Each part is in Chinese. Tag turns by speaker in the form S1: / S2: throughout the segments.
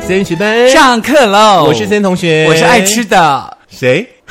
S1: 森学班，
S2: 上课喽！
S1: 我是森同学，
S2: 我是爱吃的，
S1: 谁？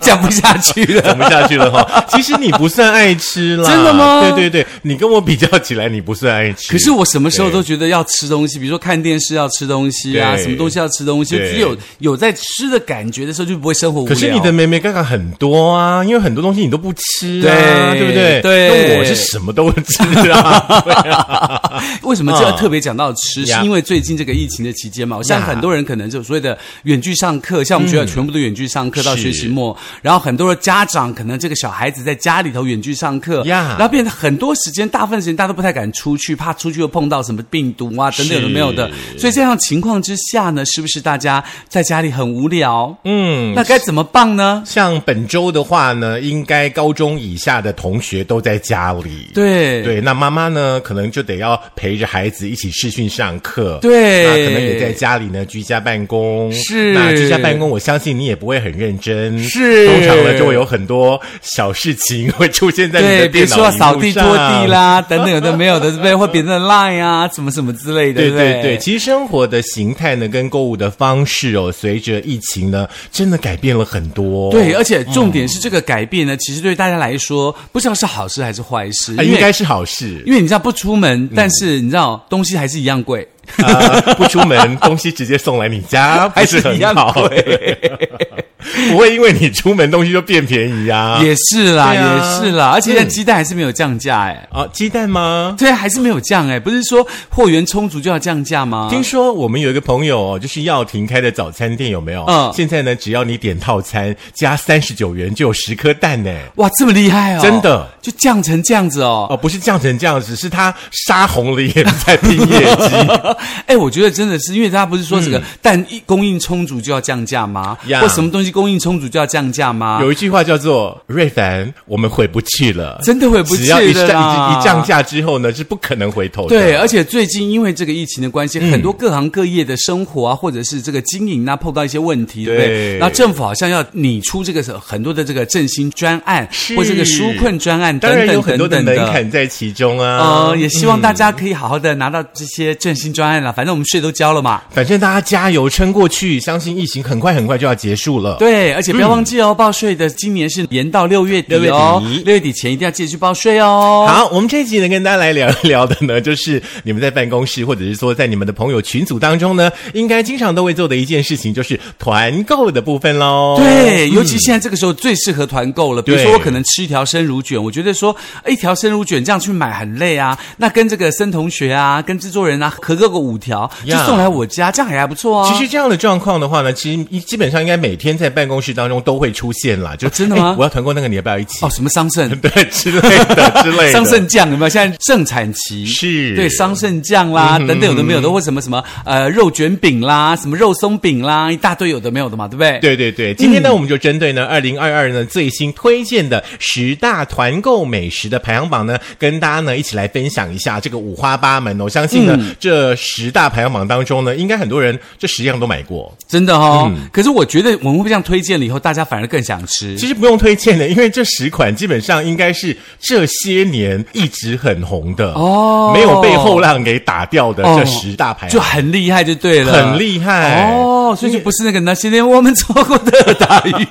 S2: 讲不下 去
S1: 讲
S2: 了。
S1: 不下去了 哈。其实你不算爱吃啦，
S2: 真的吗
S1: 对对对，你跟我比较起来，你不算爱吃。
S2: 可是我什么时候
S1: 对
S2: 都觉得要吃东西，比如说看电视要吃东西啊，
S1: 对
S2: 什么东西要吃东西，
S1: 对
S2: 只有有在吃的感觉的时候，就不会生活无聊。
S1: 可是你的妹妹刚刚很多啊，因为很多东西你都不吃啊，
S2: 对
S1: 对不对？
S2: 对
S1: 那我是什么都吃 啊，对啊，
S2: 为什么就要
S1: 嗯
S2: 特别讲到吃？是
S1: 呀
S2: 因为最近这个疫情的期间嘛，我相信
S1: 呀
S2: 很多人可能就所谓的远距上课，像我们学校全部都远距上课到
S1: 是
S2: 学期末，然后很多的家长可能这个小孩子在家里头远距上课，
S1: 呀
S2: 然后变得很多时间，大部分时间大家都不太敢出去，怕出去又碰到什么病毒啊等等有的没有的。所以这样情况之下呢，是不是大家在家里很无聊？
S1: 嗯。
S2: 那该怎么办呢？
S1: 像本周的话呢，应该高中以下的同学都在家里。
S2: 对
S1: 对，那妈妈呢，可能就得要陪着孩子一起视讯上课。
S2: 对
S1: 那可能也在家里呢居家办公。
S2: 是
S1: 那居家办公，我相信你也不会很认真。
S2: 是
S1: 通常呢就会有很多小事情会出现在你
S2: 对，
S1: 的
S2: 比如
S1: 电脑
S2: 说
S1: 荧幕
S2: 扫地、
S1: 上
S2: 拖地。啦，等等有的没有的，对不对？或别人的 line 啊，什么什么之类的，
S1: 对
S2: 不
S1: 对对，其实生活的形态呢，跟购物的方式哦，随着疫情呢，真的改变了很多。
S2: 对，而
S1: 嗯
S2: 且重点是这个改变呢，其实对大家来说，不知道是好事还是坏事，
S1: 哎，
S2: 因
S1: 应
S2: 为
S1: 该是嗯好事。
S2: 因为你知道不出门，但是你知道东西还是一样贵，
S1: 呃，不出 门，东西直接送来你家，不
S2: 还
S1: 啊是
S2: 一
S1: 很
S2: 样
S1: 好。
S2: 贵，
S1: 不会因为你出门东西就变便宜啊。
S2: 也是啦，
S1: 对啊
S2: 也是啦，而且现在
S1: 嗯
S2: 鸡蛋还是没有降价哎。
S1: 啊，鸡蛋吗？
S2: 对，还是没有降哎，不是说货源充足就要降价吗？
S1: 听说我们有一个朋友哦，就是耀廷开的早餐店，有没有？
S2: 嗯
S1: 现在呢，只要你点套餐加三十九元，就有十颗蛋呢。
S2: 哇，这么厉害哦！
S1: 真的
S2: 就降成这样子哦。
S1: 哦，不是降成这样，只是他杀红了眼在拼业 绩。
S2: 哎，我觉得真的是，因为大家不是说这个蛋一供应充足就要降价吗？
S1: 嗯呀
S2: 或什么东西供应充足就要降价吗？
S1: 有一句话叫做“瑞凡，我们回不去了”，
S2: 真的回不去了啦啊
S1: 只要一降一降价之后呢，是不可能回头的。
S2: 对，而且最近因为这个疫情的关
S1: 嗯
S2: 系，很多各行各业的生活啊，或者是这个经营啊，碰到一些问题，对不对？
S1: 对
S2: 然后政府好像要拟出这个很多的这个振兴专案，
S1: 是
S2: 或这个纾困专案等
S1: 当然有
S2: 等
S1: 很多
S2: 等
S1: 的
S2: 等
S1: 门
S2: 的。
S1: 槛在其中啊。
S2: 呃，也希望大家可以好好的拿到这些振兴专案啦，反正我们税都交了嘛。
S1: 反正大家加油撑过去，相信疫情很快很快就要结束了。
S2: 对，而且
S1: 嗯
S2: 不要忘记哦，报税的今年是延到六月底哦，
S1: 六月底
S2: 六月底前一定要记得去报税哦。
S1: 好，我们这一集呢，跟大家来聊一聊的呢，就是你们在办公室，或者是说在你们的朋友群组当中呢，应该经常都会做的一件事情，就是团购的部分喽。
S2: 对，尤其现在这个时候最适合团购了。比如说，
S1: 哦嗯对
S2: 我可能吃一条生乳卷，我觉得说哎一条生乳卷这样去买很累啊。那跟这个森同学啊，跟制作人啊合购个五条，就
S1: 呀
S2: 送来我家，这样也还不错啊。
S1: 其实这样的状况的话呢，其实基本上应该每天在办公室当中都会出现啦。就、
S2: 哦真的吗
S1: 哎我要团购那个，你要不要一起？、
S2: 哦，什么桑葚
S1: 对，之类的，之类的。
S2: 桑葚酱有没有？现在盛产期
S1: 是嗯
S2: 对桑葚酱啦，等等有的没有的，或什么什么呃肉卷饼啦，什么肉松饼啦，一大堆有的没有的嘛，对不 对？。
S1: 对对对，今天呢，我们就针对呢二零二二呢最新推荐的十大团购美食的排行榜呢，跟大家呢一起来分享一下这个五花八门哦。我相信呢、
S2: 嗯
S1: 这十大排行榜当中呢，应该很多人这十样都买过。
S2: 真的哦，可是我觉得我们会不会这样推荐了以后，大家反而更想吃。
S1: 嗯其实不用推荐的，因为这十款基本上应该是这些年一直很红的
S2: 哦
S1: 没有被后浪给打掉的
S2: 哦
S1: 这十大排
S2: 就
S1: 行榜。
S2: 很厉害就对了，
S1: 哎很厉害
S2: 哦，所以就不是那个那些年我们错过的大雨。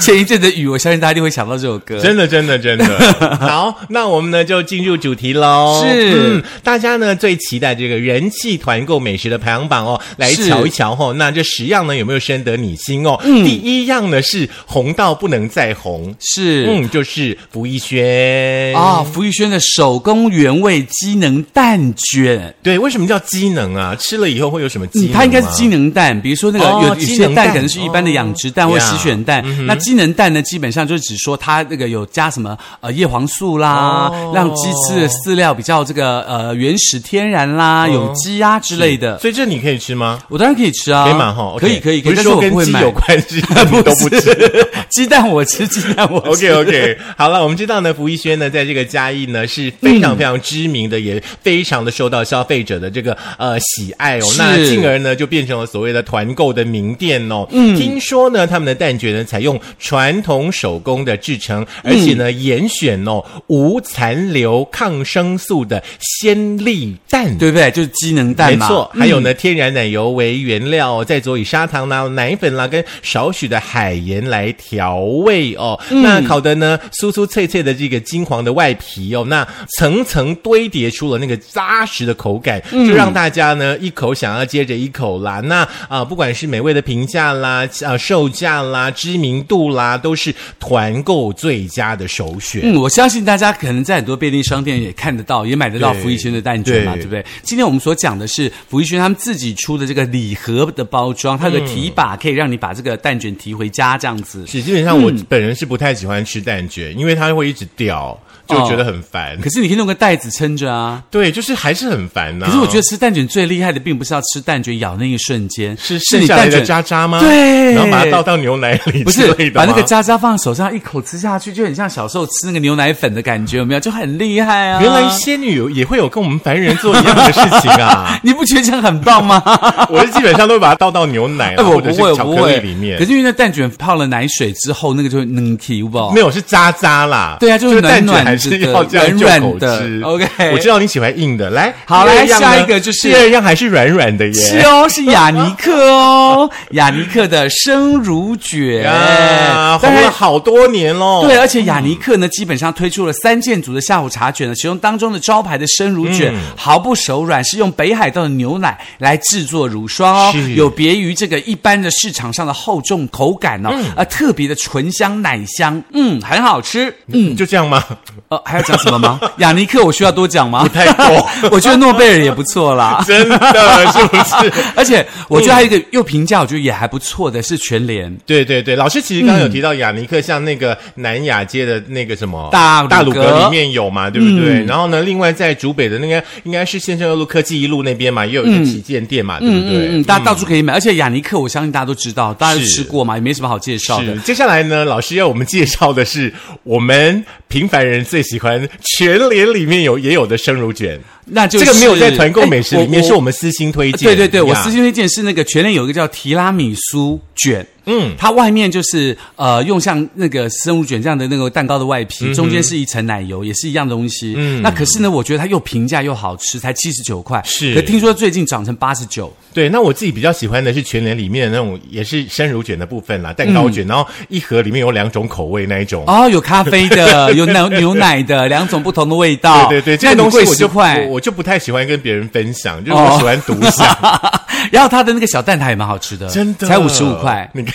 S2: 前一阵的雨，我相信大家一定会想到这首歌。
S1: 真的，真的，真的。 好，那我们呢就进入主题喽。
S2: 是
S1: 嗯，大家呢最期待这个人气团购美食的排行榜哦，来
S2: 是
S1: 瞧一瞧哦。那这十样呢有没有深得你心哦？
S2: 嗯
S1: 第一样呢是红到不能再红，
S2: 是。
S1: 嗯，就是福一轩
S2: 啊、福玉轩的手工原味鸡能蛋卷，
S1: 对，为什么叫机能啊？吃了以后会有什么机
S2: 嗯
S1: 能、，
S2: 它应该是鸡，能蛋，比如说那个、
S1: 哦
S2: 有有
S1: 鸡
S2: 些
S1: 能
S2: 蛋
S1: 蛋
S2: 可能是一般的养殖蛋
S1: 哦
S2: 或
S1: 呀
S2: 洗选蛋，那鸡能蛋呢，基本上就是只说它那个有加什么呃叶黄素啦，
S1: 哦
S2: 让鸡吃的饲料比较这个呃原始天然
S1: 哦
S2: 啦，有机啊之类的。
S1: 所以这你可以吃吗？
S2: 我当然可以吃啊，
S1: 可以嘛哈，
S2: 可以
S1: OK
S2: 可以，可
S1: 不是
S2: 以但是
S1: 说
S2: 我
S1: 跟
S2: 不会
S1: 鸡
S2: 买
S1: 有， 关系，你都不吃。
S2: 是 鸡蛋我吃，鸡蛋我吃
S1: OK OK，好了，我们知道呢，福一轩呢，在这个嘉义呢是非常非常知名的，也非常的受到消费者的这个呃喜爱哦。那那
S2: 是
S1: 进而呢就变成了所谓的团购的名店哦。嗯，听说呢他们的蛋卷呢采用传统手工的制成，而且呢严选哦无残留抗生素的鲜粒蛋。
S2: 对不对？就是机能蛋嗯
S1: 没
S2: 嘛，
S1: 错，还有呢，天然奶油为原料哦，再佐以砂糖啦、奶粉啦，跟少许的海盐来调味哦。
S2: 嗯
S1: 那烤的呢，酥酥脆脆的这个金黄的外皮哦，那层层堆叠出了那个扎实的口感，
S2: 嗯
S1: 就让大家呢一口想要接着一口啦。那啊、不管是美味的评价啦、啊售价啦、知名度啦，都是团购最佳的首选。
S2: 嗯，我相信大家可能在很多便利商店也看得到，也买得到
S1: 对
S2: 福一轩的蛋卷嘛，
S1: 对
S2: 对不对？今天我们所讲的是福一轩他们自己出的这个礼盒的包装，它有
S1: 嗯
S2: 个提把可以让你把这个蛋卷提回家这样子。
S1: 是，基本上我
S2: 嗯
S1: 本人是不太喜欢吃蛋卷，因为它会一直掉，就觉
S2: 哦
S1: 得很烦。
S2: 可是你可以用个袋子撑着啊。
S1: 对，就是还是很烦呐、
S2: 可是我觉得吃蛋卷最厉害的，并不是要吃蛋卷咬那一瞬间，
S1: 是
S2: 你
S1: 剩下来
S2: 蛋
S1: 的
S2: 卷
S1: 渣渣吗？
S2: 对
S1: 然后把它倒到牛奶里
S2: 不
S1: 之
S2: 是
S1: 类的吗，
S2: 把那个渣渣放在手上一口吃下去，就很像小时候吃那个牛奶粉的感觉，有没有？就很厉害啊！！
S1: 原来仙女有也会有跟我们凡人做一样的事情啊
S2: 你不觉得这样很 棒吗？
S1: 我是基本上都会把它倒到牛奶、
S2: 哎，
S1: 啊、
S2: 我
S1: 或
S2: 不
S1: 者是
S2: 会，我
S1: 巧
S2: 不
S1: 克
S2: 会
S1: 力里面
S2: 可。是因为那蛋卷泡了奶水之后，那个就会能提不
S1: 没？有是渣渣啦，
S2: 哦对啊就是
S1: 蛋
S2: 软
S1: 卷
S2: 软
S1: 还是
S2: 的
S1: 要这样
S2: 软
S1: 就口
S2: 软的
S1: 吃。
S2: OK
S1: 我知道你喜欢硬的，来，
S2: 好
S1: 第二
S2: 来
S1: 样
S2: 下
S1: 呢
S2: 一个就是
S1: 第二样还是软软的耶，
S2: 是哦，是雅尼克哦， 雅尼克的生乳卷
S1: 呀，，红
S2: 当然
S1: 了好多年喽。
S2: 对，而啊且雅尼克呢，基本上推出了三件组的下午茶卷呢，其中当中的招牌的生乳卷、毫不手软，是用北海道的牛奶来制作乳霜哦
S1: 是，
S2: 有别于这个一般的市场上的厚重口感哦，啊，特别的醇香奶香，嗯，很好吃。
S1: 嗯，就这样吗？
S2: 呃，还要讲什么吗？ 雅尼克，我需要多讲吗？不
S1: 太多，
S2: 我觉得诺贝尔也不错 啦。
S1: 真的是不是？
S2: 而且我觉得还有一个又评价，我觉得也还不错的是全联。
S1: 对对对，老师其实刚刚有提到雅尼克，像那个南雅街的那个什么
S2: 大
S1: 大
S2: 鲁
S1: 鲁
S2: 阁嗯
S1: 阁里面有嘛，对不对？然后呢，另外在竹北的那个应该是先生二路科技一路那边嘛，也有一个旗舰店嘛，对不对？
S2: 嗯嗯，大家到处可以买，而且雅尼克我相信大家都知道，大家都吃过嘛，也没什么好介绍的
S1: 是，。接下来呢，老师要我们介绍的是我们平凡人最喜欢全联里面有也有的生乳卷，
S2: 那就是
S1: 这个没有在团购美食里面，
S2: 哎
S1: 是我们私心推荐。
S2: 对对对，我
S1: 呀
S2: 私心推荐是那个全联有一个叫提拉米苏卷。
S1: 嗯
S2: 嗯，它外面就是呃，用像那个生乳卷这样的那个蛋糕的外
S1: 嗯
S2: 皮，中间是一层奶油，也是一样的东西。嗯，那可是呢，我觉得它又平价又好吃，才七十九块。
S1: 是
S2: 可听说最近涨成八十九。
S1: 对，那我自己比较喜欢的是全联里面的那种，也是生乳卷的部分啦，蛋糕
S2: 嗯
S1: 卷，然后一盒里面有两种口味那一种。
S2: 哦，有咖 啡的，有牛牛奶的，两种不同的味道。
S1: 对对对，这
S2: 啊那
S1: 个东
S2: 你
S1: 西
S2: 贵
S1: 我
S2: 十
S1: 就不
S2: 块哦
S1: 我。我就不太喜欢跟别人分享，就是我喜欢独享，
S2: 然后它的那个小蛋挞也蛮好吃的，
S1: 真的
S2: 才五十五块。
S1: 你看，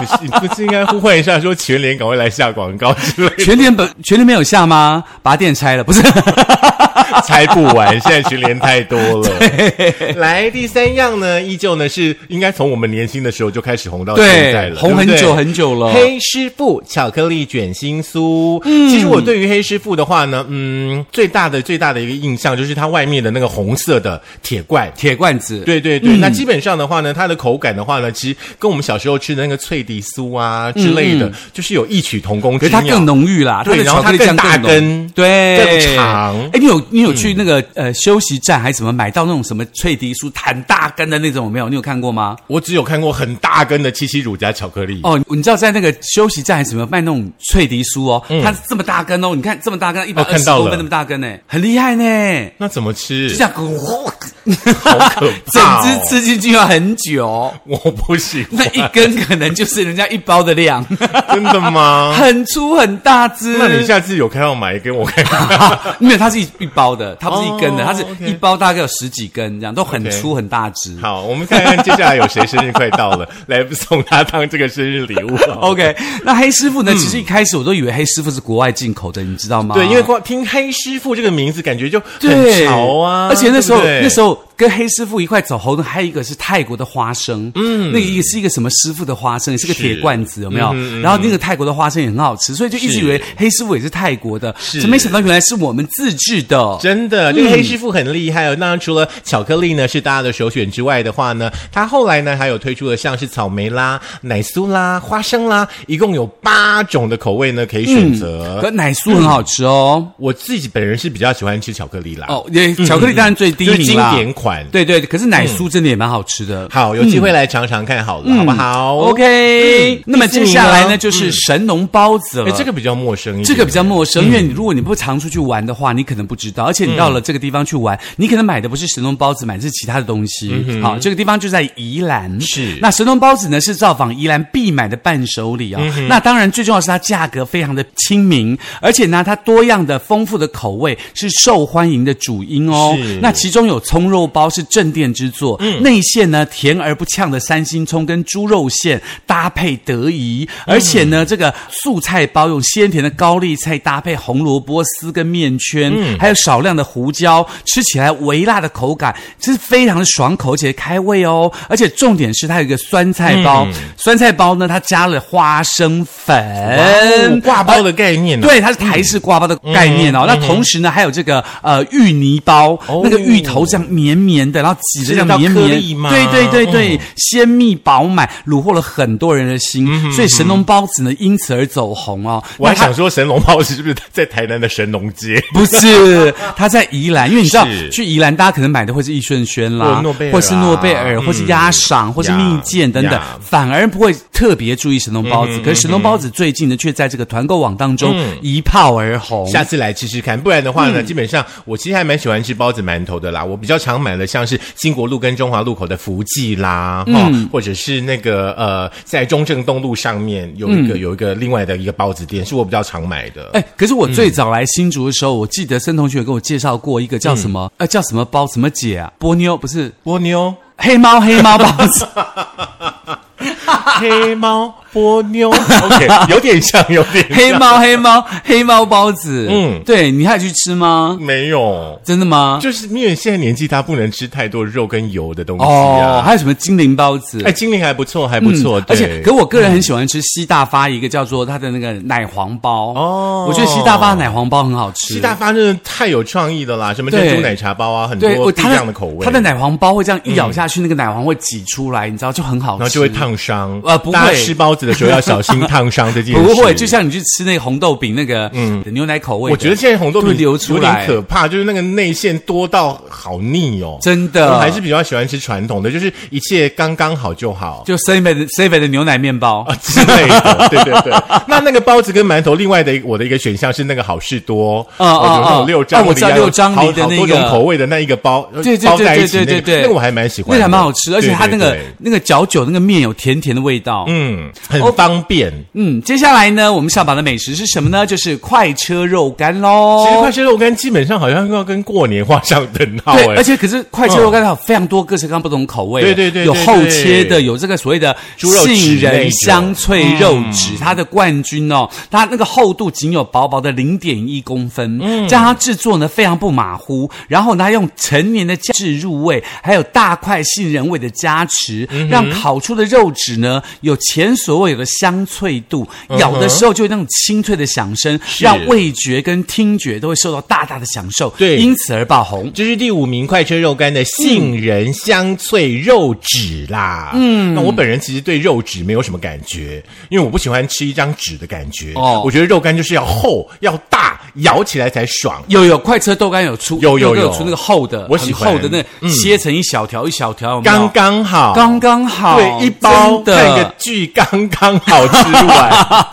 S1: 你是你不是应该呼唤一下说全联赶快来下广告之类的？
S2: 全联本全联没有下吗？把店拆了，不是？
S1: 拆不完， 现在群联太多了。来，第三样呢，依旧呢是应该从我们年轻的时候就开始红到现在了，
S2: 对红
S1: 对不对
S2: 很久很久了嗯
S1: 黑师傅巧克力卷心酥，其实我对于黑师傅的话呢，嗯，最大的最大的一个印象就是它外面的那个红色的铁罐。
S2: 铁罐子。
S1: 对对
S2: 嗯
S1: 对，那基本上的话呢，它的口感的话呢，其实跟我们小时候吃的那个脆皮酥啊之类的，就是有异曲同工
S2: 嗯可
S1: 之妙。
S2: 是它更浓郁啦，它
S1: 对
S2: 的
S1: 然后
S2: 巧克力
S1: 它
S2: 酱
S1: 更大
S2: 浓
S1: 根
S2: 对，
S1: 更长嗯
S2: 哎，你有你有去那个呃休息站还是什么买到那种什么脆皮酥很大根的那种有没有？你有看过吗？
S1: 我只有看过很大根的七七乳加巧克力。
S2: 哦，你知道在那个休息站还是什么卖那种脆皮酥哦，它这么大根哦，你看这么大根，一
S1: 嗯
S2: 百
S1: 哦
S2: 二
S1: 看
S2: 十
S1: 到
S2: 公
S1: 了
S2: 分那么大根呢，很厉害呢。
S1: 那怎么吃？
S2: 就这样，好
S1: 可怕哦
S2: 整只吃进去要 很久，
S1: 我不喜
S2: 那
S1: 欢，
S2: 一根可能就是人家一包 的量，
S1: 真的 吗？
S2: 很粗很大只。
S1: 那你下次有看到买给我看看？
S2: 啊， 没有，它是一一包的，它不是一根的，
S1: 哦
S2: 它是
S1: OK
S2: 一包大概有十几根这样，都很
S1: OK
S2: 粗很大只。
S1: 好，我们看看接下来有谁生日快到了， 来送他当这个生日 礼物好了。
S2: OK，那黑师傅呢？其实一开始我都以为黑师傅是国外进口的，你知道吗？
S1: 对，因为光听黑师傅这个名字，感觉就很
S2: 对
S1: 潮啊。
S2: 而且那时候那时
S1: 候
S2: 候跟黑师傅一块走红的，还有一个是泰国的花生，嗯，那个一个是一个什么师傅的花生，也是个
S1: 是嗯
S2: 铁罐子，有没有？然后那个泰国的花生也很好吃，所以就一直
S1: 是
S2: 以为黑师傅也是泰国的，
S1: 是
S2: 没想到原来是我们自制的。
S1: 真的，
S2: 嗯
S1: 这个黑师傅很厉害哦。那除了巧克力呢是大家的首选之外的话呢，他后来呢还有推出了像是草莓啦、奶酥啦、花生啦，一共有八种的口味呢可以选择。
S2: 可奶酥很好吃哦，
S1: 我自己本人是比较喜欢吃巧克力啦。
S2: 哦，也巧克力当然最第一
S1: 嗯就是
S2: 名
S1: 经
S2: 啦，
S1: 典款款。
S2: 对对，可是奶酥真的也蛮好吃的。
S1: 好，有机会来尝尝看好了，好不好
S2: 嗯 OK，、那么接下来呢，
S1: 嗯第四名呢嗯
S2: 就是神农包子了。
S1: 哎，这个比嗯较陌生一点，
S2: 这个比较陌生，因为你如果你不常出去玩的话，你可能不知道。而且你
S1: 嗯
S2: 到了这个地方去玩，你可能买的不是神农包子，买的是其他的东西。好，这个地方就在宜
S1: 嗯
S2: 兰。
S1: 是
S2: 那神农包子呢是造访宜兰必买的伴手礼
S1: 嗯
S2: 哦。那当然最重要是它价格非常的亲民，而且呢它多样的丰富的口味是受欢迎的主因哦
S1: 是。
S2: 那其中有葱肉包是正店之作，
S1: 嗯
S2: 内馅呢甜而不呛的三星葱跟猪肉馅搭配得宜，
S1: 嗯
S2: 而且呢、这个素菜包用鲜甜的高丽菜搭配红萝卜丝跟面圈，
S1: 嗯
S2: 还有少量的胡椒，吃起来微辣的口感，这是非常的爽口且开胃哦。而且重点是它有一个酸菜包，
S1: 嗯
S2: 酸菜包呢它加了花生
S1: 哦
S2: 粉，
S1: 挂包的概念呢。
S2: 嗯对，它是台式挂包的概念哦。那同时呢，还有这个呃芋泥包，
S1: 嗯哦
S2: 那个芋头这样绵绵的，然后挤着这样绵
S1: 吃得到颗
S2: 绵
S1: 粒吗，嗯
S2: 对对对对，鲜蜜饱满，虏获了很多人的心。
S1: 嗯
S2: 所以神农包子呢，因此而走红哦。
S1: 我还
S2: 那它
S1: 想说神龙包子是不是在台南的神农街？
S2: 不是， 他在宜兰，因为你知道
S1: 是
S2: 去宜兰，大家可能买的会是易顺轩啦
S1: 或，诺贝尔啊
S2: 或是诺贝尔，或是鸭赏，或是蜜饯等等
S1: 呀，嗯
S2: 反而不会特别注意神农包子。可是神农包子最近呢，却在这个团购网当中一炮而红。
S1: 下次来吃吃看，不然的话
S2: 嗯
S1: 呢，基本上我其实还蛮喜欢吃包子、馒头的啦。我比较常买的像是新国路跟中华路口的福记啦，哈、
S2: 嗯
S1: 或者是那个呃，在中正东路上面有一个、有一个另外的一个包子店，是我比较常买的。
S2: 嗯哎，可是我最早来新竹的时候，我记得森同学有跟我介绍过一个叫什
S1: 嗯
S2: 么，呃，叫什么包，什么姐啊，波妞不是
S1: 波 妞、
S2: 黑猫黑猫包 子，
S1: 黑猫、波妞 ，OK，有点像，有点像
S2: 黑猫黑猫黑猫包子。
S1: 嗯
S2: 嗯，对，你还有去吃吗？
S1: 没有，
S2: 真的吗？
S1: 就是因为现在年纪大，不能吃太多肉跟油的东西
S2: 哦，
S1: 啊。
S2: 还有什么精灵包子？
S1: 哎，精灵还不错，还不错，
S2: 而
S1: 对
S2: 且，可我个人很喜欢吃西大发一个叫做它的那个奶黄包
S1: 哦
S2: 我觉得西大发奶黄包很好吃。
S1: 西大发真的太有创意的啦，什么珍珠
S2: 对
S1: 奶茶包啊，很
S2: 对
S1: 多不
S2: 我它
S1: 一样的口味，嗯
S2: 它的奶黄包会这样一咬下去，那个奶黄会挤出来，你知道就很好吃，
S1: 然后就会烫伤。
S2: 呃不会
S1: 大家吃包子的时候要小心烫伤这件事。
S2: 不会，就像你去吃那个红豆饼那个嗯牛奶口味的，
S1: 我觉得现在红豆
S2: 就
S1: 饼
S2: 会流出
S1: 有点
S2: 来
S1: 可怕，就是那个内馅多到好腻哦。
S2: 真的
S1: 我还是比较喜欢吃传统的，就是一切刚刚好就好。
S2: 就 seven 的 seven 的牛奶面包。
S1: 啊之类的， 对对对。那那个包子跟馒头，另外的一我的一个选项是那个好事多，
S2: 嗯
S1: 哦，
S2: 嗯
S1: 那种
S2: 嗯
S1: 六张梨啊，
S2: 哦我知道六张梨
S1: 好
S2: 的
S1: 好
S2: 那
S1: 多种
S2: 个
S1: 口味的那一个包，
S2: 对对
S1: 包在一
S2: 对对
S1: 起
S2: 对
S1: 那个
S2: 对对，
S1: 那个我还蛮喜欢的，
S2: 那个还蛮好吃，而且它那
S1: 对
S2: 个
S1: 对对
S2: 那个搅酒那个面有甜甜的味道。
S1: 嗯，很
S2: 哦
S1: 方便。
S2: 嗯，接下来呢，我们上榜的美食是什么呢？就是快车肉干喽。
S1: 其实快吃肉干基本上好像要跟过年画上等号
S2: 对，
S1: 哎
S2: 而。且可是快切肉干它有非常多各式各样不同口味，
S1: 对对对对
S2: 有厚
S1: 对
S2: 切的，有这个所谓的
S1: 猪肉
S2: 杏
S1: 指那
S2: 仁
S1: 种
S2: 香脆肉
S1: 嗯
S2: 质，它的冠军哦，它那个厚度仅有薄薄的零点一公分，
S1: 嗯
S2: 加上它制作呢非常不马虎，然后呢它用陈年的酱汁入味，还有大块杏仁味的加持，
S1: 嗯
S2: 让烤出的肉质呢有前所未有的香脆度，
S1: 嗯
S2: 咬的时候就有那种清脆的响声，让味觉跟听觉都会受到大大的享受，
S1: 对
S2: 因此而爆红。
S1: 这是第五名快车肉干的杏仁香脆肉纸啦。嗯，那我本人其实对肉纸没有什么感觉，因为我不喜欢吃一张纸的感觉。哦
S2: 哦，
S1: 我觉得肉干就是要厚要大，咬起来才爽。
S2: 有有快车豆干有出
S1: 有有
S2: 豆干
S1: 有
S2: 出那个厚的，
S1: 我
S2: 很
S1: 喜欢嗯
S2: 厚的那个切成一小条一小条，有没有
S1: 刚刚好，
S2: 刚刚好，
S1: 对一包
S2: 真
S1: 看个
S2: 的。
S1: 剧刚刚好吃 完。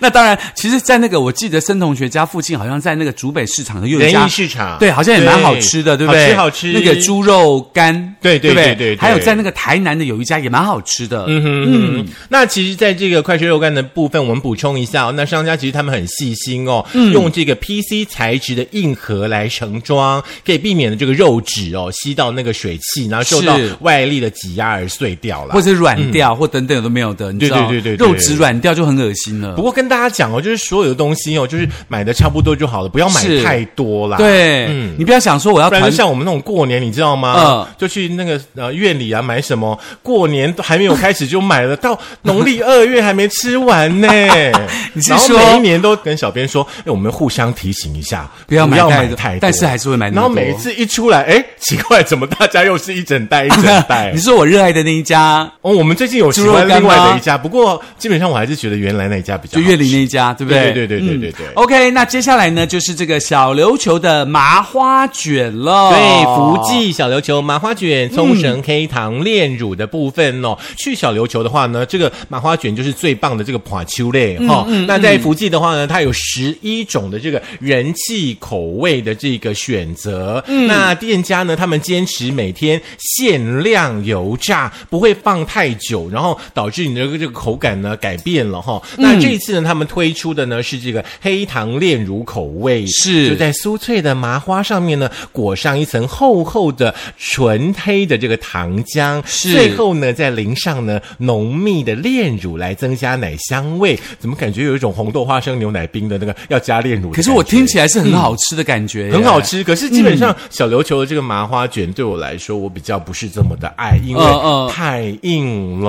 S2: 那当然，其实，在那个我记得申同学家附近，好像在那个竹北市场的又有一
S1: 仁
S2: 家
S1: 义市场
S2: 对，好像也蛮好吃的，
S1: 对
S2: 对不对？
S1: 好吃好吃
S2: 那个猪肉干，
S1: 对对
S2: 不
S1: 对对对
S2: 还有在那个台南的有一家也蛮好吃的，嗯
S1: 嗯，那其实，在这个快脆肉干的部分，我们补充一下哦。那商家其实他们很细心哦，
S2: 嗯
S1: 用这个 PC 材质的硬盒来盛装，可以避免的这个肉质哦吸到那个水汽，然后受到
S2: 是
S1: 外力的挤压而碎掉了
S2: 或。者软掉或等等有都没有的，你知道，
S1: 嗯对对对对对
S2: 肉质软掉就很恶心了
S1: 不。过跟大家讲哦，就是所有的东西哦，就是买的差不多就好了，不要买
S2: 是
S1: 太多啦。。
S2: 对，你不要想说我要
S1: 嗯不然
S2: 团
S1: 就像我们那种过年，你知道吗？
S2: 嗯
S1: 就去那个呃院里啊买什么，过年都还没有开始就买了，到农历二月还没吃完呢。
S2: 你是
S1: 然后
S2: 说
S1: 每一年都跟小编说，哎，我们互相提醒一下，
S2: 不要买
S1: 买
S2: 太多
S1: 太多，
S2: 但是还是会买那
S1: 然
S2: 么
S1: 后
S2: 多
S1: 每次 一出来，哎，奇怪，怎么大家又是一整袋一整袋
S2: 你？说我热爱的那一家
S1: 哦，我们最近有喜
S2: 猪肉
S1: 欢
S2: 干
S1: 另外的
S2: 吗
S1: 一家，不过基本上我还是觉得原来那一家比较
S2: 就
S1: 好
S2: 月里那一家，对不对？
S1: 对对对对对对
S2: 嗯 OK，那接下来呢，就是这个小琉球的麻花卷了。
S1: 对，福。记小琉球麻花卷、葱绳 K 糖炼乳的部分哦。去小琉球的话呢，这个麻花卷就是最棒的这个垮秋类哈。那在福记的话呢，它有十一种的这个人气口味的这个选择。那店家呢，他们坚持每天限量油炸，不会放太久，然后导致你的这个口感呢改变了哈。那这一次呢，他们推出的呢是这个黑糖炼乳口味，
S2: 是
S1: 就在酥脆的麻花上面呢，裹上一层厚厚的纯黑的这个糖浆，
S2: 是
S1: 最后呢再淋上呢浓密的炼乳来增加奶香味。怎么感觉有一种红豆花生牛奶冰的那个要加炼乳的感觉？
S2: 可是我听起来哎嗯是很好吃的感觉、
S1: 嗯很好。吃，可是基本上小琉球的这个麻花卷对我来说，我比较不是这么的爱，因为
S2: 嗯嗯
S1: 太硬了，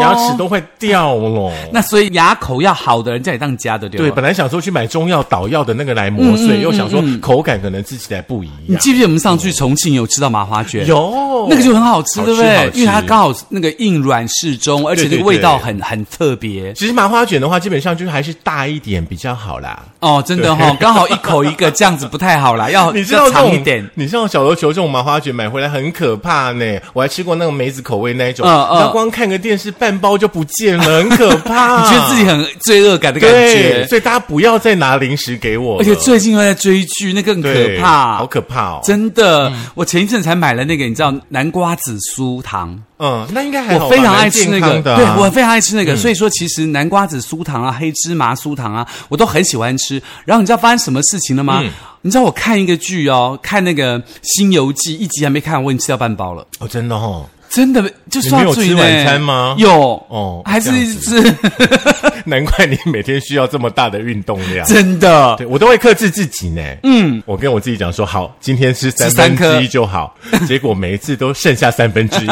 S1: 嗯，牙齿。都快掉了。
S2: 那所以牙口要好的人才这样加的，对吧？
S1: 对，本来想说去买中药捣药的那个来
S2: 嗯
S1: 磨碎，又想说口感可能吃起来不一
S2: 你
S1: 样。
S2: 记不记得我们上次去重庆有吃到麻花卷？。
S1: 有
S2: 那个就很好吃，
S1: 好吃
S2: 对不
S1: 好
S2: 对？
S1: 吃
S2: 因为它刚好那个硬软适中，而且
S1: 对对
S2: 这个味道很很特别
S1: 其实麻花卷的话，基本上就是还是大一点比较好啦。
S2: 哦，真的哈、哦，刚好一口一个，这样子不太好啦，要
S1: 哦你知道
S2: 要
S1: 这
S2: 长一
S1: 种
S2: 点。，
S1: 你知道小琉球这种麻花卷买回来很可怕呢。我还吃过那种梅子口味那一种，
S2: 嗯嗯
S1: 那光看个电视半包就不见了，很可怕。
S2: 你觉得自己很罪恶感的感
S1: 对，
S2: 觉，
S1: 所以大家不要再拿零食给我了，
S2: 而且最近又在追剧，那更
S1: 对
S2: 可怕，
S1: 好可怕哦。
S2: 真的，我前一阵才买了那个，你知道南瓜子酥糖，
S1: 嗯，那应该还好吧
S2: 我非常爱吃那
S1: 蛮健
S2: 个，
S1: 康的啊
S2: 对我非常爱吃那个。所以说，其实南瓜子酥糖啊、黑芝麻酥糖啊，我都很喜欢吃。然后你知道发生什么事情了
S1: 嗯
S2: 吗？你知道我看一个剧哦，看那个《新游记》，一集还没看，我已经吃到半包了，
S1: 哦，真的哦。
S2: 真的就
S1: 你
S2: 刷
S1: 没有
S2: 嘴
S1: 吃
S2: 呢
S1: 晚餐吗
S2: 有
S1: 哦
S2: 还是
S1: 这
S2: 一
S1: 样
S2: 直吃，
S1: 难怪你每天需要这么大的运动量。
S2: 真的。
S1: 对我都会克制自己呢。嗯，我跟我自己讲说，好，今天吃三分
S2: 吃三
S1: 之
S2: 颗
S1: 一就好。结果每一次都剩下三分之一。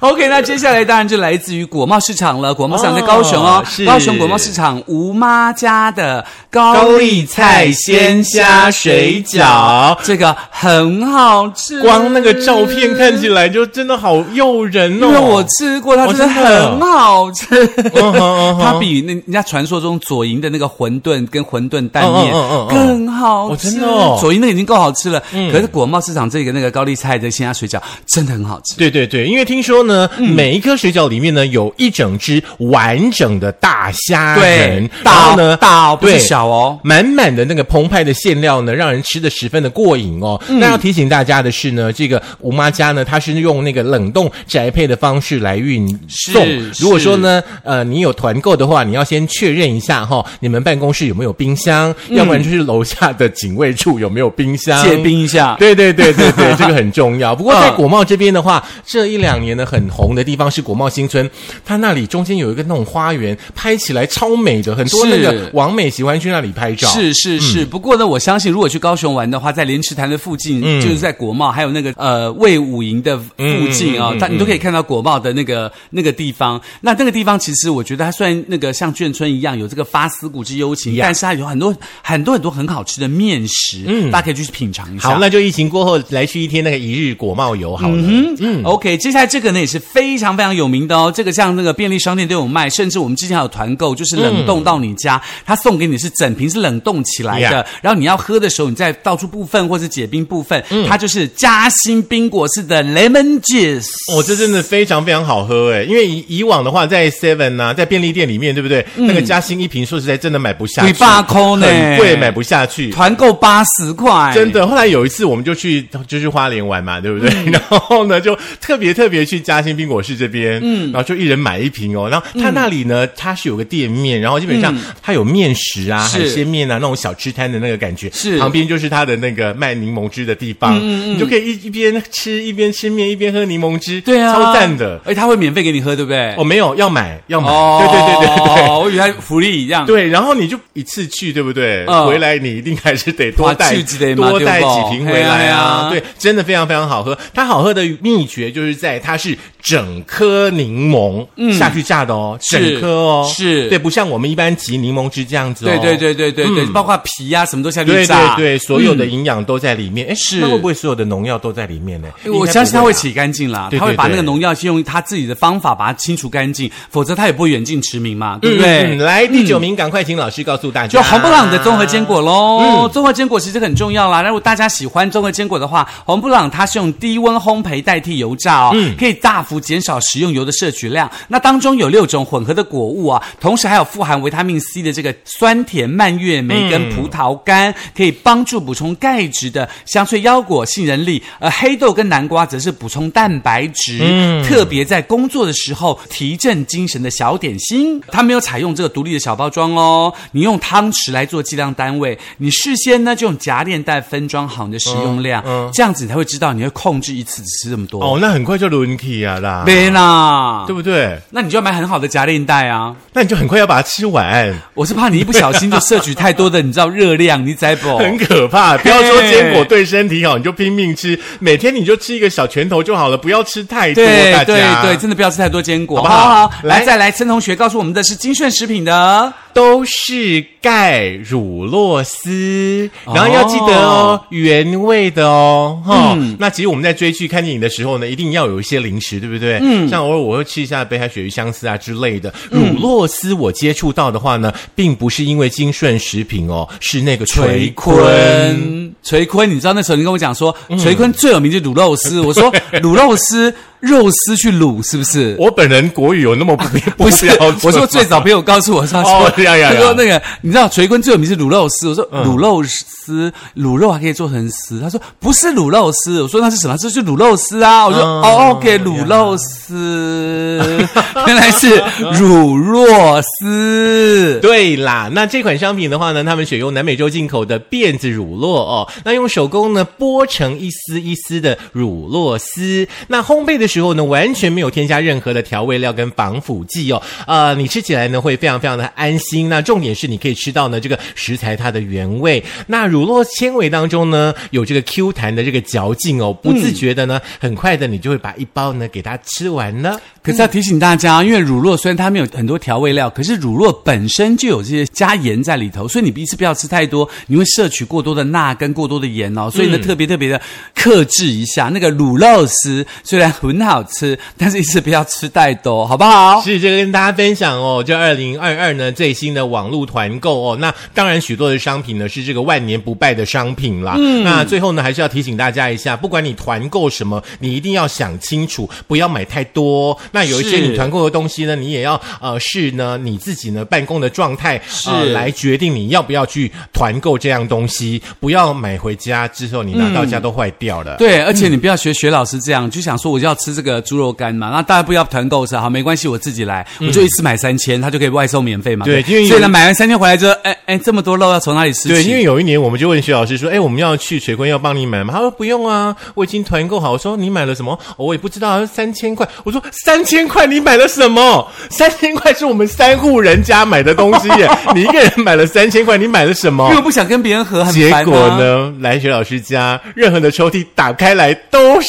S2: OK，那接下来当然就来自于果贸市场了。果贸市场在高雄哦，
S1: 哦是
S2: 高雄果贸市场吴妈家的高丽菜鲜虾水饺，这个很好吃。
S1: 光那个照片看起来就真的好诱人哦。啊
S2: 因为我吃过，它真的很好吃。
S1: 嗯哼嗯哼
S2: 它比那人家传说中左营的那个馄饨跟馄饨蛋
S1: 嗯嗯
S2: 面
S1: 嗯嗯嗯
S2: 更好
S1: 哦
S2: 吃。
S1: 真的哦嗯
S2: 左营那个已经够好吃了，可是果贸市场这个那个高丽菜的鲜虾水饺真的很好吃。
S1: 对对对，因为听说呢，
S2: 嗯
S1: 每一颗水饺里面呢有一整只完整的大虾仁
S2: 对，，
S1: 然
S2: 大
S1: 后
S2: 哦
S1: 呢
S2: 大哦，不是
S1: 对
S2: 小哦。
S1: 满满的那个澎湃的馅料呢，让人吃的十分的过瘾哦。
S2: 嗯
S1: 那要提醒大家的是呢，这个吴妈家呢，它是用那个冷冻宅配的方式来运送。
S2: 是
S1: 如果说呢，呃，你有团购的话，你要先确认一下哈、你们办公室有没有冰箱，要不然就是楼下的警卫处有没有冰箱。
S2: 借嗯冰一下。
S1: 对对对对对，这个很重要。不过在
S2: 嗯
S1: 国贸这边的话，这一两年呢很红的地方是国贸新村，它那里中间有一个那种花园，拍起来超美的，很多
S2: 是
S1: 那个网美喜欢去那里拍照。
S2: 是是是，不过呢，我相信如果去高雄玩的话，在莲池潭的附近，就是在国贸，还有那个呃魏武营的附近啊、
S1: 嗯嗯嗯
S2: 它你都可以看到国贸的那个那个地方。那那个地方其实我觉得它虽然那个像眷村一样有这个发思古之幽情
S1: Yeah
S2: 但是它有很多很多很多很好吃的面食，大家可以去品尝一下。
S1: 好，那就疫情过后来去一天那个一日国贸游好了。
S2: 嗯，OK，接下来这个呢也是非常非常有名的哦，这个像那个便利商店都有卖，甚至我们之前还有团购，
S1: 嗯
S2: 就是冷冻到你家，它送给你是整瓶是冷冻起来的
S1: Yeah
S2: 然后你要喝的时候，你再倒出部分或是解冰部分，
S1: 嗯
S2: 它就是夹心冰果式的 lemon juice。
S1: 哦，这真的非常非常好喝哎诶，因为以以往的话，在 Seven 呐、在便利店里面，对不对？那个嘉兴一瓶，说实在真的买不下去，
S2: 几百嗯块呢
S1: 很贵，买不下去。
S2: 团购八十块，
S1: 真的，后来有一次我们就去就去花莲玩嘛，对不对？
S2: 嗯
S1: 然后呢，就特别特别去嘉兴冰果室这边，嗯，然后就一人买一瓶哦。然后
S2: 嗯
S1: 他那里呢，他是有个店面，然后基本上他有面食啊、
S2: 是
S1: 海鲜面啊那种小吃摊的那个感觉，
S2: 是嗯
S1: 旁边就是他的那个卖柠檬汁的地方，你就可以一一边吃一边吃面一边喝柠檬汁，
S2: 对啊，
S1: 超赞的。
S2: 而且它会免费给你喝，对不对？
S1: 哦，没有要买要买，
S2: 哦
S1: 对对对对对。
S2: 哦，我以为它福利一样。
S1: 对，然后你就一次去，对不对？
S2: 嗯
S1: 回来你一定还是得多带
S2: 哇去几个嘛
S1: 多带
S2: 对不
S1: 几瓶回来
S2: 嘿啊
S1: 啊！对，真的非常非常好喝。它好喝的秘诀就是在它是整颗柠檬下去榨的哦，
S2: 嗯是
S1: 整颗哦，
S2: 是
S1: 对，不像我们一般挤柠檬汁这样子哦，
S2: 对对对对对对，包括皮呀、什么都下去
S1: 嗯对
S2: 炸。嗯
S1: 对对，所有的营养都在里面。哎、
S2: 是哎
S1: 那会不会所有的农药都在里面呢？
S2: 我
S1: 应该
S2: 相信
S1: 不
S2: 他会
S1: 啊
S2: 洗干净啦，
S1: 对对
S2: 他会把那个
S1: 对
S2: 农药先用他自己的方法把它清除干净，否则他也不会远近驰名嘛，对
S1: 嗯
S2: 不
S1: 嗯
S2: 对？
S1: 来，第九名，赶快请老师告诉大家，
S2: 就红布朗的综合坚果
S1: 嗯
S2: 喽，综合坚果其实很重要啦。那如果大家喜欢综合坚果的话，红布朗它是用低温烘焙代替油炸哦，
S1: 嗯
S2: 可以大幅减少食用油的摄取量。那当中有六种混合的果物啊，同时还有富含维他命 C 的这个酸甜蔓越莓跟
S1: 嗯
S2: 葡萄干，可以帮助补充钙质的香脆腰果、杏仁粒，而黑豆跟南瓜则是补充蛋白质，
S1: 嗯
S2: 特别在工作的时候提振精神的小点心。它没有采用这个独立的小包装哦，你用汤匙来做计量单位，你事先呢就用夹链袋分装好你的食用量，
S1: 嗯
S2: 这样子你才会知道你会控制一次只吃这么多。
S1: 哦，那很快就轮替啊啦，
S2: 没啦，
S1: 对不对？
S2: 那你就要买很好的夹链袋啊！
S1: 那你就很快要把它吃完，
S2: 我是怕你一不小心就摄取太多的，你知道热量，你在不？
S1: 很可怕。不要说坚果对身体好，你就拼命吃，每天你就吃一个小拳头就好了，不要吃太多。
S2: 对
S1: 大
S2: 对
S1: 家
S2: 对，真的不要吃太多坚果，
S1: 好不好来
S2: 来，再来，陈同学告诉我们的是金顺食品的
S1: 都是钙乳酪丝，然后要记得哦，原味的哦，哈、
S2: 嗯
S1: 那其实我们在追剧、看电影的时候呢，一定要有一些零食，对不对？嗯，像偶尔我会吃一下北海鳕鱼香丝啊之类的。乳
S2: 嗯
S1: 酪丝我接触到的话呢，并不是因为金顺食品哦，是那个垂坤。，嗯
S2: 垂坤，你知道那时候你跟我讲说，垂坤最有名就是卤肉丝，我说卤肉丝，肉丝去卤是不是？
S1: 我本人国语有那么 不不
S2: 不是
S1: 标准吗，
S2: 我说最早朋友告诉我他说，
S1: 哦呀嗯呀呀
S2: 他说那个你知道垂坤最有名是卤肉丝，我说卤肉丝，卤肉还可以做成丝，他说不是卤肉丝，我说那是什么？这是卤肉丝啊，我说
S1: 嗯
S2: 哦，OK，卤肉丝， 原来是
S1: 嗯
S2: 乳酪丝。
S1: 对啦，那这款商品的话呢，他们选用南美洲进口的辫子乳酪哦，那用手工呢剥成一丝一丝的乳酪丝。那烘焙的时候呢，完全没有添加任何的调味料跟防腐剂哦。呃，你吃起来呢会非常非常的安心。那重点是你可以吃到呢这个食材它的原味。那乳酪纤维当中呢有这个 Q 弹的这个嚼劲哦，不自觉的呢，很快的你就会把一包呢给它吃完了。
S2: 可是要提醒大家，因为乳酪虽然它没有很多调味料，可是乳酪本身就有这些加盐在里头，所以你一次不要吃太多，你会摄取过多的钠跟过多的盐
S1: 嗯
S2: 哦。所以呢，特别特别的克制一下。那个乳酪丝虽然很好吃，但是一次不要吃太多，好不好？
S1: 是这个跟大家分享哦，这二零二二呢最新的网络团购哦，那当然许多的商品呢是这个万年不败的商品啦。嗯，那最后呢还是要提醒大家一下，不管你团购什么，你一定要想清楚，不要买太多哦、那有一些
S2: 是
S1: 你团购的东西呢，你也要呃是呢你自己呢办公的状态
S2: 是
S1: 呃、来决定你要不要去团购这样东西，不要买回家之后你拿到
S2: 嗯
S1: 家都坏掉了。
S2: 对，而且你不要学雪老师这样，就想说我就要吃这个猪肉干嘛，那大家不要团购是吧好，没关系，我自己来，我就一次买三千，他就可以外送免费嘛。
S1: 嗯对因为有
S2: 所以呢，买完三千回来之后，哎哎，这么多肉要从哪里吃起？
S1: 对，因为有一年我们就问徐老师说：“哎，我们要去垂坤要帮你买吗？”他说：“不用啊，我已经团购好。”我说：“你买了什么？”哦我也不知道，三千块。我说：“三千块你买了什么？三千块是我们三户人家买的东西 耶，你一个人买了三千块，你买了什么
S2: 因为？”我不想跟别人合，很
S1: 结
S2: 烦、啊。
S1: 果呢，来徐老师家，任何的抽屉打开来都是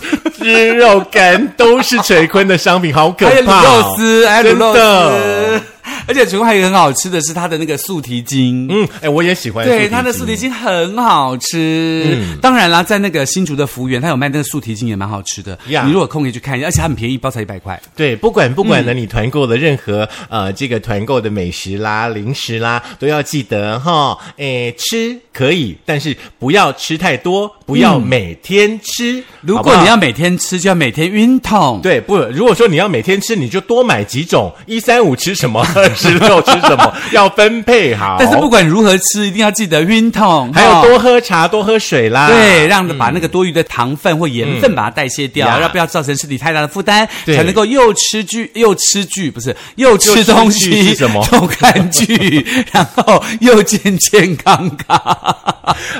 S1: 吃肉干，都是垂坤的商品，好可
S2: 还有
S1: 怕
S2: 卤
S1: 哦、
S2: 肉丝，还有卤肉
S1: 真的
S2: 丝，而且全国还有一个很好吃的是它的那个素蹄筋。
S1: 嗯，哎，我也喜欢素蹄嗯
S2: 对，
S1: 筋。
S2: 它的素蹄筋很好吃。当然啦，在那个新竹的服务员，他有卖那个素蹄筋，也蛮好吃的。
S1: 呀
S2: 你如果有空可以去看一下，而且它很便宜，一包才一百块。
S1: 对，不管不
S2: 嗯
S1: 管呢，你团购的任何呃这个团购的美食啦、零食啦，都要记得哈，诶，吃可以，但是不要吃太多，不要每天吃。
S2: 嗯如
S1: 好不
S2: 果
S1: 好
S2: 你要每天吃，就要每天运动。
S1: 对不，如果说你要每天吃，你就多买几种，一三五吃什么， 二十六吃什么，要分配好。
S2: 但是不管如何吃，一定要记得运动，
S1: 还有
S2: 哦
S1: 多喝茶、多喝水啦。
S2: 对，让把那个多余的糖分或盐分把它代谢掉，
S1: 呀
S2: 然后不要造成身体太大的负担，
S1: 对
S2: 才能够又吃剧又吃剧，不是又吃东
S1: 又吃
S2: 西
S1: 剧是什么
S2: 又看剧，然后又健健康康。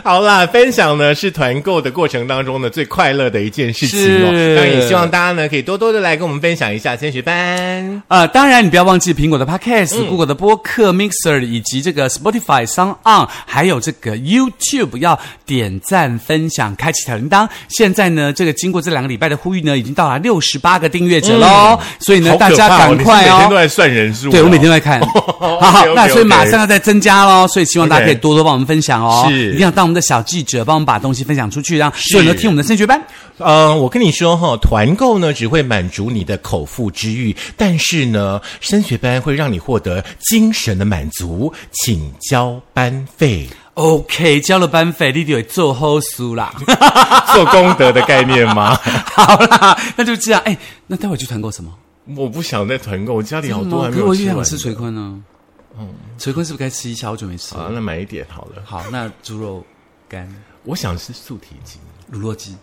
S1: 好啦，分享呢是团购的过程当中呢最快乐的一件事情哦。
S2: 是
S1: 当然也希望大家呢可以多多的来跟我们分享一下先学班。
S2: 呃，当然你不要忘记苹果的 Podcast、Google
S1: 嗯
S2: 的播客、Mixer 以及这个 Spotify、s o n On，还有这个 YouTube 要点赞、分享、开启小铃铛。现在呢，这个经过这两个礼拜的呼吁呢，已经到达六十八个订阅者喽、所以呢，
S1: 嗯好
S2: 大
S1: 可
S2: 家
S1: 怕哦！
S2: 赶
S1: 你是
S2: 快
S1: 每天都
S2: 哦。
S1: 在算人数哦，
S2: 对，我每天都 在看，好好，那所以马上要再增加喽，所以希望大家可以
S1: OK
S2: 多多帮我们分享哦，
S1: 是
S2: 一定要当我们的小记者，帮我们把东西分享出去，让所有人都听我们的升学班。
S1: 呃，我跟你说哈、团购呢只会满足你的口腹之欲，但是呢，升学班会让你获得精神的满足，请交班 费，
S2: OK，交了班费，你就会做后书 啦。
S1: 做功德的概念吗？
S2: 好啦，那就这样。哎，那待会去团购什么？
S1: 我不想再团购，我家里好多哦还
S2: 可
S1: 没
S2: 是
S1: 有
S2: 我就
S1: 吃
S2: 想
S1: 完。
S2: 吃垂坤呢。嗯，垂坤是不是该吃一下？我准备吃。
S1: 好，那买一点好了。
S2: 好，那猪肉干、
S1: 我想吃素体鸡，
S2: 乳酪鸡。